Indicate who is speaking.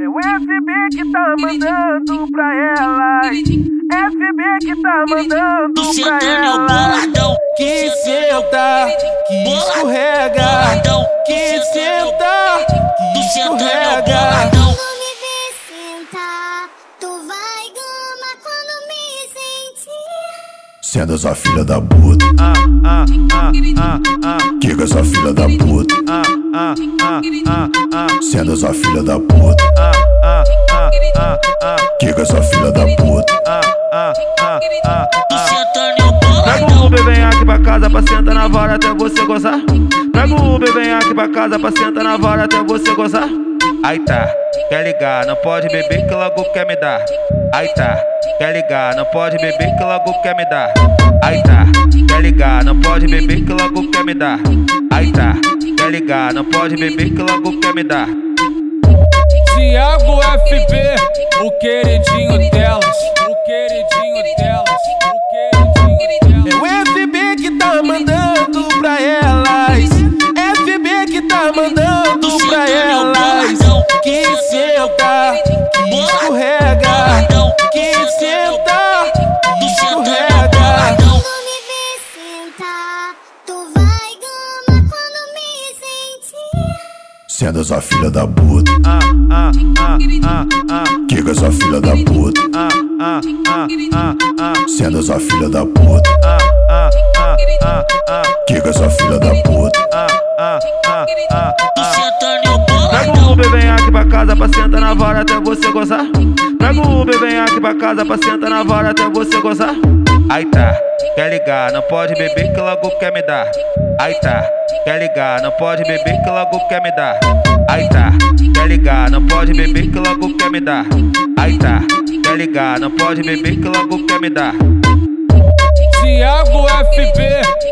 Speaker 1: É o FB que tá mandando pra elas. FB que tá
Speaker 2: Do
Speaker 1: mandando pra
Speaker 3: é
Speaker 2: Centânio
Speaker 1: elas.
Speaker 2: Boladão,
Speaker 4: Que senta, que escorrega.
Speaker 2: boladão,
Speaker 4: Que senta,
Speaker 2: do
Speaker 4: que
Speaker 2: Centânio
Speaker 4: escorrega.
Speaker 2: é boladão.
Speaker 5: Quando me sentar, tu vai gama quando me sentir.
Speaker 6: Sendo essa filha da puta, Kika essa filha da puta, sendo essa filha da puta,
Speaker 4: Ah,
Speaker 6: Kika essa filha da puta,
Speaker 4: ah,
Speaker 2: Do Centânio
Speaker 3: Pega o
Speaker 2: boladão,
Speaker 3: Uber, vem aqui pra casa pra sentar na vara até você gozar. Pega o Uber, vem aqui pra casa pra sentar na vara até você gozar. Aí tá, quer ligar, não pode beber que logo quer me dar. Aí tá, quer ligar, não pode beber que logo quer me dar. Aí tá, quer ligar, não pode beber que logo quer me dar. Aí tá, quer ligar, não pode beber que logo quer me dar.
Speaker 4: Tiago FB, o queridinho delas. O queridinho delas. O queridinho delas. É o FB que tá mandando pra elas. FB que tá mandando pra elas. Que senta, que escorrega.
Speaker 2: boladão,
Speaker 4: Que senta,
Speaker 2: do
Speaker 4: que
Speaker 2: Centânio
Speaker 4: escorrega.
Speaker 2: boladão.
Speaker 5: Quando me sentar, tu vai gama quando me sentir.
Speaker 6: sendo essa filha da puta, Kika essa filha da puta,
Speaker 4: Ah,
Speaker 6: sendo essa filha da puta, Kika essa filha da puta,
Speaker 4: ah,
Speaker 2: Do
Speaker 3: Pega
Speaker 2: Centânio
Speaker 3: o
Speaker 2: boladão,
Speaker 3: Uber, vem aqui pra casa pra sentar na vara até você gozar. Pega o Uber, vem aqui pra casa pra sentar na vara até você gozar. Aí tá, quer ligar, não pode beber que logo quer me dar. Aí tá, quer ligar, não pode beber que logo quer me dar. Aí tá, quer ligar, não pode beber que logo quer me dar. Aí tá, quer ligar, não pode beber que logo quer me dar.
Speaker 4: Tiago FB,